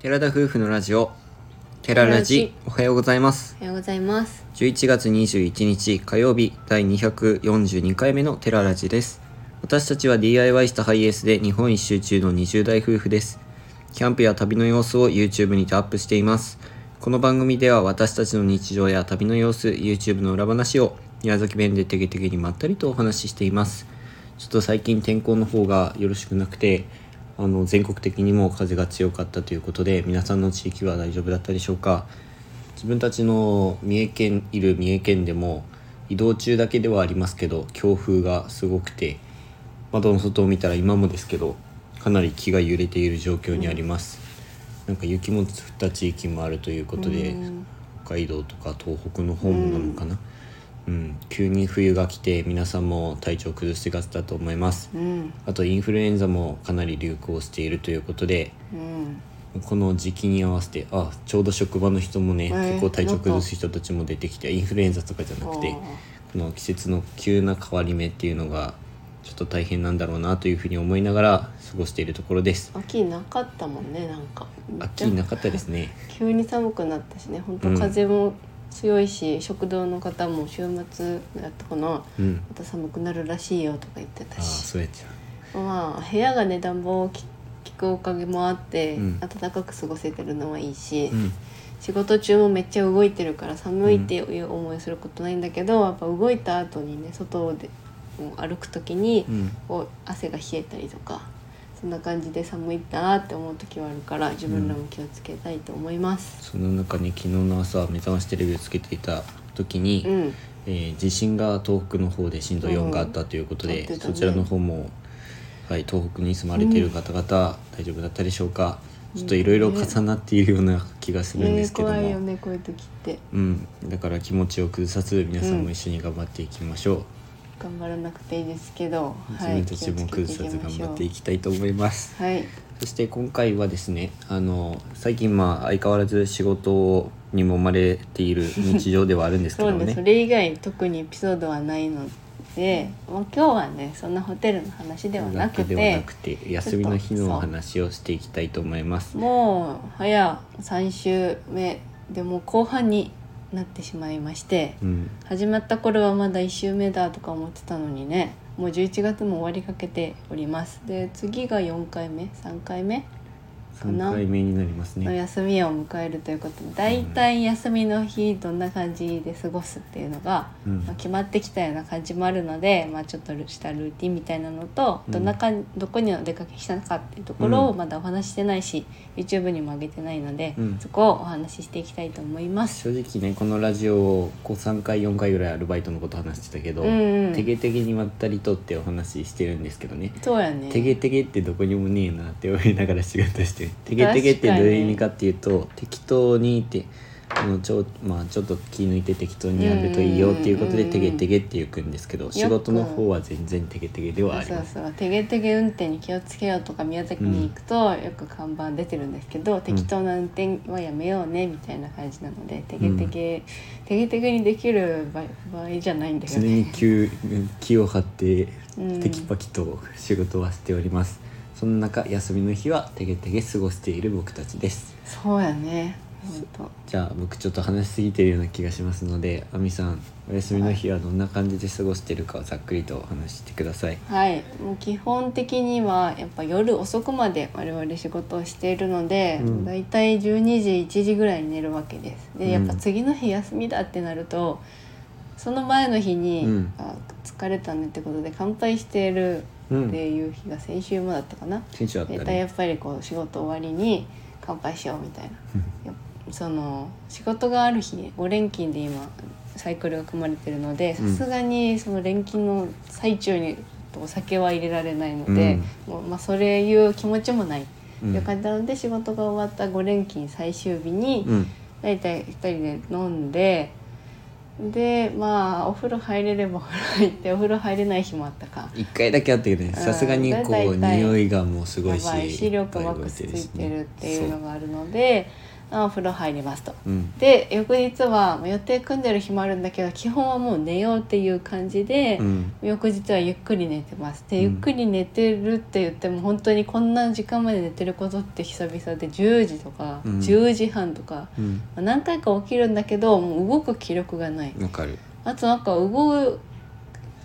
寺田夫婦のラジオ寺ラジおはようございますおはようございます。 11月21日火曜日第242回目のテララジです私たちは DIY したハイエースで日本一周中の20代夫婦ですキャンプや旅の様子を YouTube にてアップしていますこの番組では私たちの日常や旅の様子 YouTube の裏話を宮崎弁でテゲテゲにまったりとお話ししていますちょっと最近天候の方がよろしくなくてあの全国的にも風が強かったということで皆さんの地域は大丈夫だったでしょうか自分たちの三重県いる三重県でも移動中だけではありますけど強風がすごくて窓の外を見たら今もですけどかなり木が揺れている状況にあります、なんか雪も降った地域もあるということで、うん北海道とか東北の方もなのかな、うん急に冬が来て皆さんも体調崩しがちだと思いますうんあとインフルエンザもかなり流行しているということでうんこの時期に合わせてあちょうど職場の人もね、えー結構体調崩す人たちも出てきてインフルエンザとかじゃなくてあこーの季節の急な変わり目っていうのがちょっと大変なんだろうなというふうに思いながら過ごしているところです秋なかったもんねなんか。秋なかったですね急に寒くなったしね本う当ん風も強いし、食堂の方も週末だったかなまうんた寒くなるらしいよとか言ってあたあしそうやってまあ部屋がね暖房をき効くおかげもあって、うん暖かく過ごせてるのはいいし、うん仕事中もめっちゃ動いてるから寒いっていう思いすることないんだけど、やっぱ動いた後にね外でこう歩く時に、うんこう汗が冷えたりとかそんな感じで寒いなって思う時はあるから自分らも気をつけたいと思います。その中に昨日の朝目覚ましテレビをつけていた時に、うん、えー地震が東北の方で震度4があったということうんで、あってたそねちらの方も、はい、東北に住まれている方々、大丈夫だったでしょうかちょっといろいろ重なっているような気がするんねでえすけども、怖いよねこういう時ってうん、だから気持ちを崩さず皆さんも一緒に頑張っていきましょ頑張らなくていいですけど、う、はい、自分たちも崩さず頑張っていききたいと思います。ましょうはい、そして今回はですねあの最近まあ相変わらず仕事にもまれている日常ではあるんですけそどうもねそねれ以外特にエピソードはないので、まあ、今日はねそんなホテルの話ではなだくけてではなくて休みの日のお話をしていきたいと思います。もう早3週目でもう後半になってしまいまして、うん、始まった頃はまだ1週目だとか思ってたのにねもう11月も終わりかけておりますで次が4回目3回目かな3回目になりますのね。休みを迎えるということで大体休みの日どんな感じで過ごすっていうのが、うんまあ、決まってきたような感じもあるので、まあ、ちょっとしたルーティンみたいなのとうんどんなかんどこにお出かけしたのかっていうところうをんまだお話ししてないし YouTube にも上げてないので、うんそこをお話ししていきたいと思います。正直ねこのラジオをこう3回4回ぐらいアルバイトのこと話してたけど、うんうんてげてげにまったりとってお話ししてるんですけどね。そうやねてげてげってどこにもねえなって思いながら仕事してるてげてげってどういう意味かっていうと適当にってあのちょ,、まあ、ちょっと気抜いて適当にやるといいよっていうことでうんてげてげっていくんですけど仕事の方は全然てげてげではありそうますそう「てげてげ運転に気をつけよう」とか宮崎に行くとよく看板出てるんですけど、適当な運転はやめようねみたいな感じなので「てげてげ」てげてげにできる場場合じゃないんだよ常ね。に気を気を張ってうんテキパキと仕事はしております、そんな中休みの日はてげてげ過ごしている僕たちですそうやね本じゃあ僕ちょっと話しすぎてるような気がしますので亜美さんお休みの日はどんな感じで過ごしてるかをざっくりとお話ししてください当はいもう基本的にはやっぱ夜遅くまで我々仕事をしているので、うんだいたい12時1時ぐらいに寝るわけです。でやっぱ次の日休みだってなると、その前の日に、うんあ疲れたねってことで乾杯しているうんっていう日が先週もだったかな、選手だっ大た体やねっぱりこう仕事終わりに乾杯しようみたいなやっぱその仕事がある日5連勤で今サイクルが組まれてるのでうさんすがにその連勤の最中にお酒は入れられないので、もうまあ、それいう気持ちもない、うんよかったので仕事が終わった5連勤最終日に、うん大体2人で飲んででまあお風呂入れればお風呂入ってお風呂入れない日もあったか一回だけあったけどねうんさすがにこ大う体匂いがもうすごやいしばい視力マックスついてるっていうのがあるのであお風呂入りますと。うんで翌日はまあ予定組んでる日もあるんだけど基本はもう寝ようっていう感じで、うん翌日はゆっくり寝てますうでんゆっくり寝てるって言っても本当にこんな時間まで寝てることって久々で10時とかうん10時半とか、うんまあ何回か起きるんだけどもう動く気力がないわかるあとなんか動く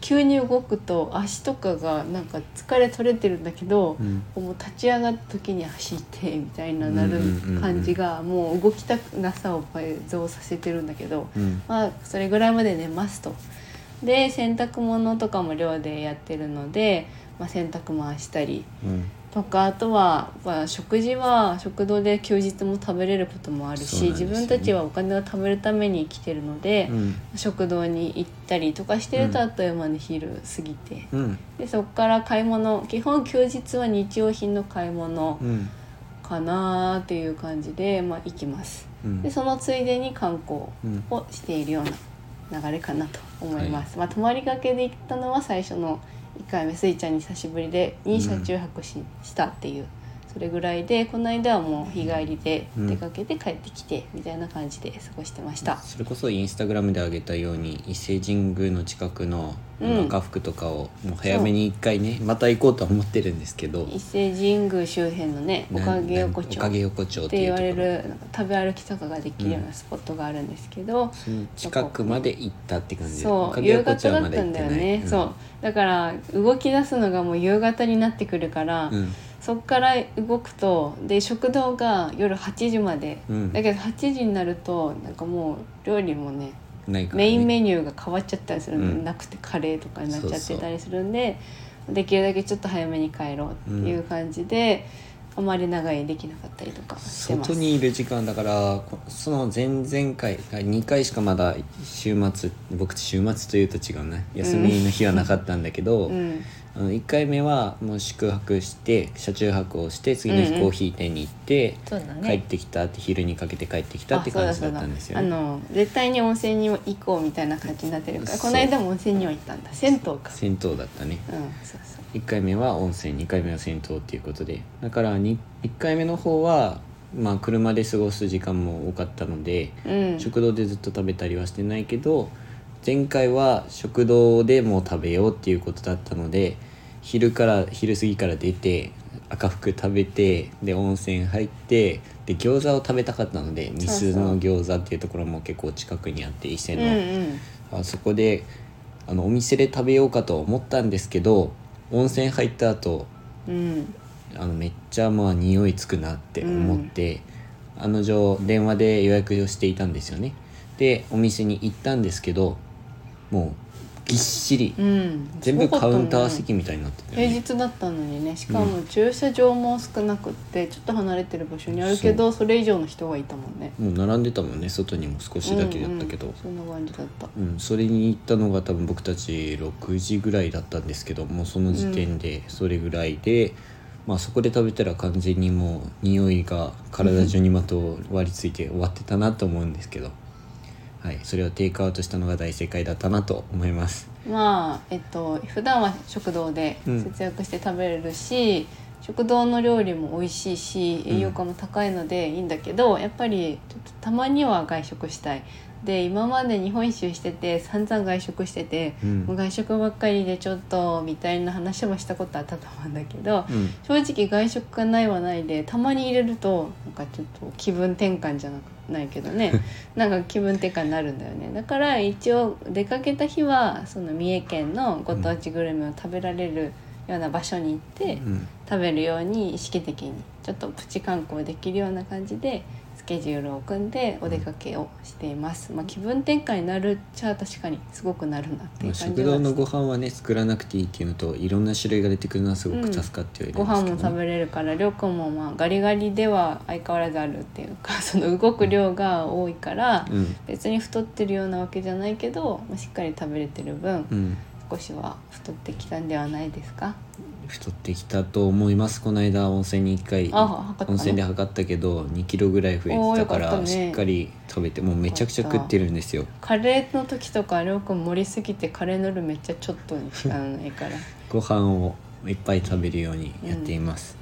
急に動くと足とかがなんか疲れ取れてるんだけど、うんもう立ち上がった時に走ってみたいななうるんうんうんうん感じがもう動きたくなさを倍増させてるんだけど、うんまあそれぐらいまで寝ますと。で洗濯物とかも寮でやってるので、まあ、洗濯回したりうんとかあとは、まあ、食事は食堂で休日も食べれることもあるそうし、なんですよ自ね分たちはお金を貯めるために生きてるので、うん食堂に行ったりとかしてるとうんあっという間に昼過ぎて、うんでそこから買い物基本休日は日用品の買い物うんかなーっていう感じで、まあ、行きますうんでそのついでに観光うんをしているような流れかなと思います、まあ泊まりがけで行ったのは最初の1回目スイちゃんに久しぶりでに車中泊し,、したっていうそれぐらいでこの間はもう日帰りで出かけて帰ってきてみたいな感じで過ごしてました、それこそインスタグラムで上げたように伊勢神宮の近くのうん中服とかをもう早めに一回ねまた行こうとは思ってるんですけど伊勢神宮周辺のねおかげ横なん丁おかげ横丁っってていうと言わころれるなんか食べ歩きとかができるようなスポットがあるんですけど、その近くまで行ったって感じおそかうげ夕横方丁はだまった行んだよてないね、そうだから動き出すのがもう夕方になってくるから、うんそっから動くとで食堂が夜8時まで、うんだけど8時になるとなんかもう料理もねないからねメインメニューが変わっちゃったりするの、うんなくてカレーとかになっちゃってたりするんでできるだけちょっと早めに帰ろうっていう感じで、あまり長居できなかったりとかしてます。外にいる時間だからこその前々回2回しかまだ週末僕週末というと違うね休みの日はなかったんだけど、うんあの1回目はもう宿泊して車中泊をして次のうんう日んコーヒー店に行って、そうだね帰ってきたって昼にかけて帰ってきたって感じだったんですよあそうねだそうだあの絶対に温泉にも行こうみたいな感じになってるからそこうの間も温泉には行ったんだ銭湯かうん銭湯だったねそうそう1回目は温泉2回目は銭湯っていうことでだから1回目の方はまあ車で過ごす時間も多かったので、うん食堂でずっと食べたりはしてないけど前回は食堂でもう食べようっていうことだったので昼から昼過ぎから出て赤服食べてで温泉入ってで餃子を食べたかったのでミスの餃子っていうところも結構近くにあって伊勢うんの、うんあそこであのお店で食べようかと思ったんですけど温泉入った後うんあのめっちゃまあ匂いつくなって思って、あの女電話で予約をしていたんですよねでお店に行ったんですけどもうぎっしり、うん全部カウンターすごか席みたいになってったたねよ平ね日だったのにねしかも駐車場も少なくってちょっと離れてる場所にあるけどそれ以上の人がいたもんねもう並んでたもんね外にも少しだけだったけど、うんうんそんな感じだったうん、それに行ったのが多分僕たち6時ぐらいだったんですけどもうその時点でそれぐらいで、まあ、そこで食べたら完全にもう匂いが体中にまとわりついて終わってたなと思うんですけど、はい、それをテイクアウトしたのが大正解だったなと思います。まあえっと普段は食堂でうん節約して食べれるし、食堂の料理も美味しいしうん栄養価も高いのでいいんだけど、やっぱりちょっとたまには外食したいで今まで日本一周してて散々外食してて、うんもう外食ばっかりでちょっとみたいな話もしたことあったと思うんだけど、うん正直外食がないはないでたまに入れるとなんかちょっと気分転換じゃなくないけ どねなんか気分転換になるんだよねだから一応出かけた日はその三重県のご当地グルメを食べられるような場所に行って、うん食べるように意識的にちょっとプチ観光できるような感じでスケジュールを組んでお出かけをしています、まあ、気分転換になるっちゃ確かにすごくなるなってまあいう感食じ堂はのご飯はね作らなくていいっていうのといろんな種類が出てくるのはすごく助かってはいるごんです飯けど、も食べれるからりょうくんもまあガリガリでは相変わらずあるっていうか その動く量が多いから、うん別に太ってるようなわけじゃないけどまあしっかり食べれてる分、うん少しは太ってきたんではないですか太ってきたと思いますこの間温泉に1回あ測ったの温泉で測ったけど2キロぐらい増えてたかおーよかっらたねしっかり食べてもうめちゃくちゃ食ってるんですよカレーの時とかりょうくん盛りすぎてカレーのルめっちゃちょっとにしかないからご飯をいっぱい食べるようにやっています、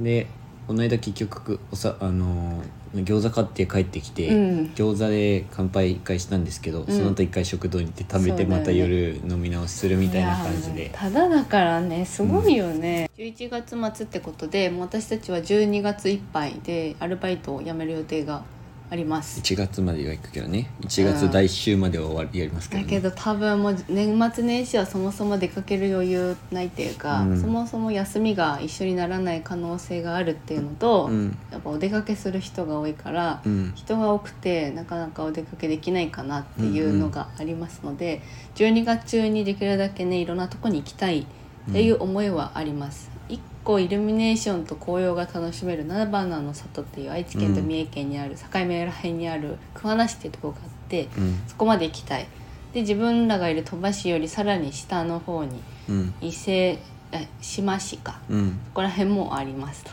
でこの間結局おさあのー餃子買って帰ってきて、うん餃子で乾杯一回したんですけど、んその後一回食堂に行って食べそうだてよねまた夜飲み直しするみたいな感じいやでただだからねすごいよね、11月末ってことでもう私たちは12月いっぱいでアルバイトを辞める予定があります1月までは行くけどね1月第1週までは終わりやりますけど、だね、けど多分もう年末年始はそもそも出かける余裕ないっていうか、うんそもそも休みが一緒にならない可能性があるっていうのと、うんやっぱお出かけする人が多いから、うん人が多くてなかなかお出かけできないかなっていうのがありますので、12月中にできるだけねいろんなとこに行きたいっていう思いはあります。一個イルミネーションと紅葉が楽しめる菜花の里っていう愛知県と三重県にある境目らへんにある桑名市っていうとこがあって、うんそこまで行きたいで自分らがいる鳥羽市よりさらに下の方にうん伊勢え島市かうんここら辺もありますと。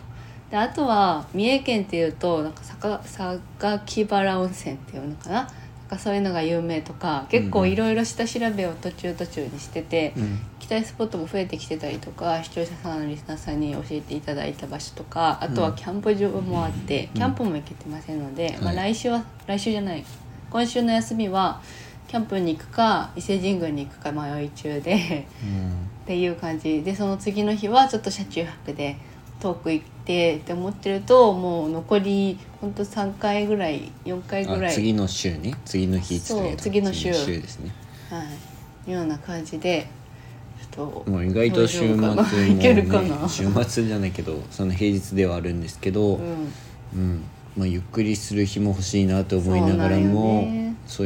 であとは三重県っていうとなんか坂榊原温泉っていうのかななんかそういうのが有名とか結構いろいろ下調べを途中途中にしてて、うん期待スポットも増えてきてたりとか視聴者さんリスナーさんに教えていただいた場所とかあとはキャンプ場もあって、うんキャンプも行けてませんので、まあ、は来週は来週じゃない今週の休みはキャンプに行くか伊勢神宮に行くか迷い中で っていう感じでその次の日はちょっと車中泊で遠く行ってって思ってるともう残りほんと3回ぐらい4回ぐあらい次の週ね次の日って言ってたけどそう次の週次ですねはい、ような感じでちょっともう意外と週末も、どうしようかな いけるかなね週末じゃないけどその平日ではあるんですけど、うんうんまあ、ゆっくりする日も欲しいなと思いながらそうもなそんう,、よね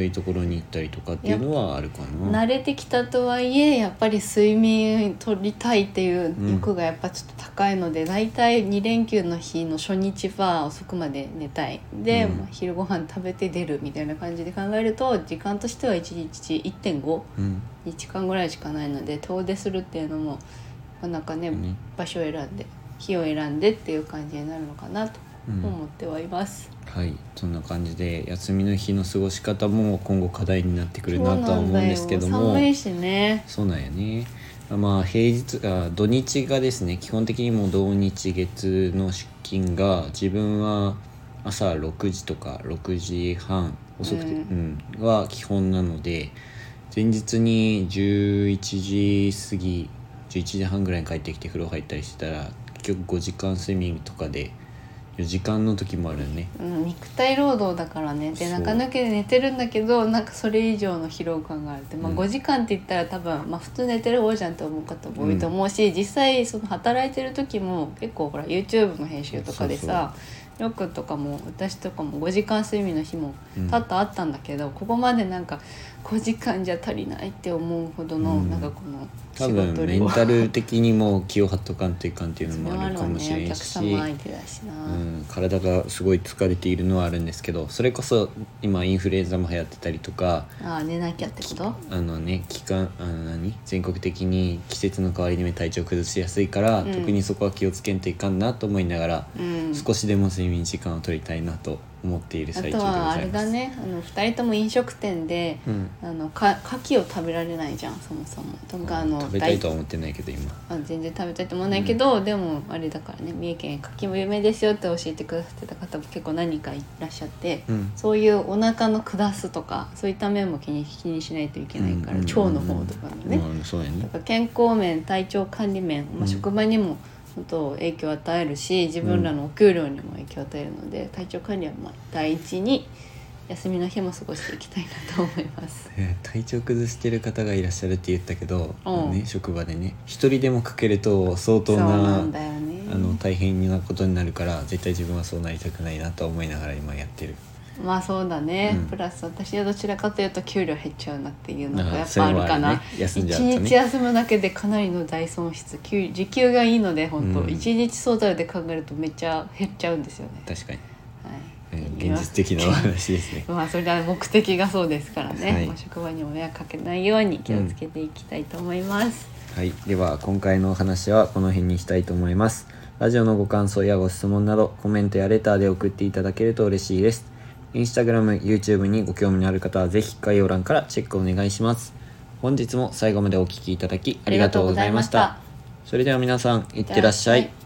いうところに行ったりとかっていうのはあるかな。慣れてきたとはいえやっぱり睡眠取りたいっていう欲がやっぱちょっと高いので、大体2連休の日の初日は遅くまで寝たいで、うんまあ昼ご飯食べて出るみたいな感じで考えると時間としては1日1.5うん日間ぐらいしかないので遠出するっていうのもなかなかね、ね場所を選んで日を選んでっていう感じになるのかなと思ってはいます。はい、そんな感じで休みの日の過ごし方も今後課題になってくるなとは思うんですけどそうなんだよも寒いしね。そうなんやねまあ平日が土日がですね基本的にもう土日月の出勤が自分は朝6時とか6時半遅くて、ううんは基本なので前日に11時過ぎ11時半ぐらいに帰ってきて風呂入ったりしてたら結局5時間睡眠とかで4時間の時もあるよねうん、肉体労働だからねでそう中抜けで寝てるんだけどなんかそれ以上の疲労感があるって、まあ、うん5時間って言ったら多分、まあ、普通寝てる方じゃんって思う方も多いと思うし、実際その働いてる時も結構ほら YouTube の編集とかでさよくとかも私とかも5時間睡眠の日もうん多々あったんだけど、ここまでなんか5時間じゃ足りないって思うほどの、うんなんかこの多分メンタル的にも気を張っとかんといかんっていうのもあるかもしそれれはあるわんねお客し。様相手だしな。うん、体がすごい疲れているのはあるんですけどそれこそ今インフルエンザも流行ってたりとかああ寝なきゃってことあのね期間あの何全国的に季節の変わり目体調崩しやすいから、うん特にそこは気をつけんといかんなと思いながら、うん少しでも睡眠時間を取りたいなと思っているあ最中でとごはあざいれまだす。ねあの2人とも飲食店で、うんあのか牡蠣を食べられないじゃんそもそもとかあの食べたいと大は思ってないけど今あ全然食べたいと思わないけど、でもあれだからね三重県牡蠣も有名ですよって教えてくださってた方も結構何人かいらっしゃって、うんそういうお腹の下すとかそういった面も気に気にしないといけないから、うんうん腸の方とかもね、うんそうやだねから健康面体調管理面、まうあ、ん職場にも本当影響を与えるし自分らのお給料にも影響を与えるので、体調管理はまあ第一に休みの日も過ごしていきたいなと思います。えー 体調崩してる方がいらっしゃるって言ったけど、うんね、職場でね一人でもかけると相そ当うななんだよねあの大変なことになるから絶対自分はそうなりたくないなと思いながら今やってるまあそうだね、うんプラス私はどちらかというと給料減っちゃうなっていうのあがーやっぱあるそれかなもあるね一、休んじゃうとね日休むだけでかなりの大損失給時給がいいので本当うん一、日相対で考えるとめっちゃ減っちゃうんですよね。確かに、はいうん、現実的 なお話ですねまあそれは目的がそうですからね、はいまあ職場にも迷惑かけないように気をつけていきたいと思います、はいでは今回のお話はこの辺にしたいと思いますラジオのご感想やご質問などコメントやレターで送っていただけると嬉しいですインスタグラム YouTube にご興味のある方はぜひ概要欄からチェックお願いします本日も最後までお聴きいただきありがとうございましたありがとうございまそれでは皆さんいってらっしゃいってらっしゃいい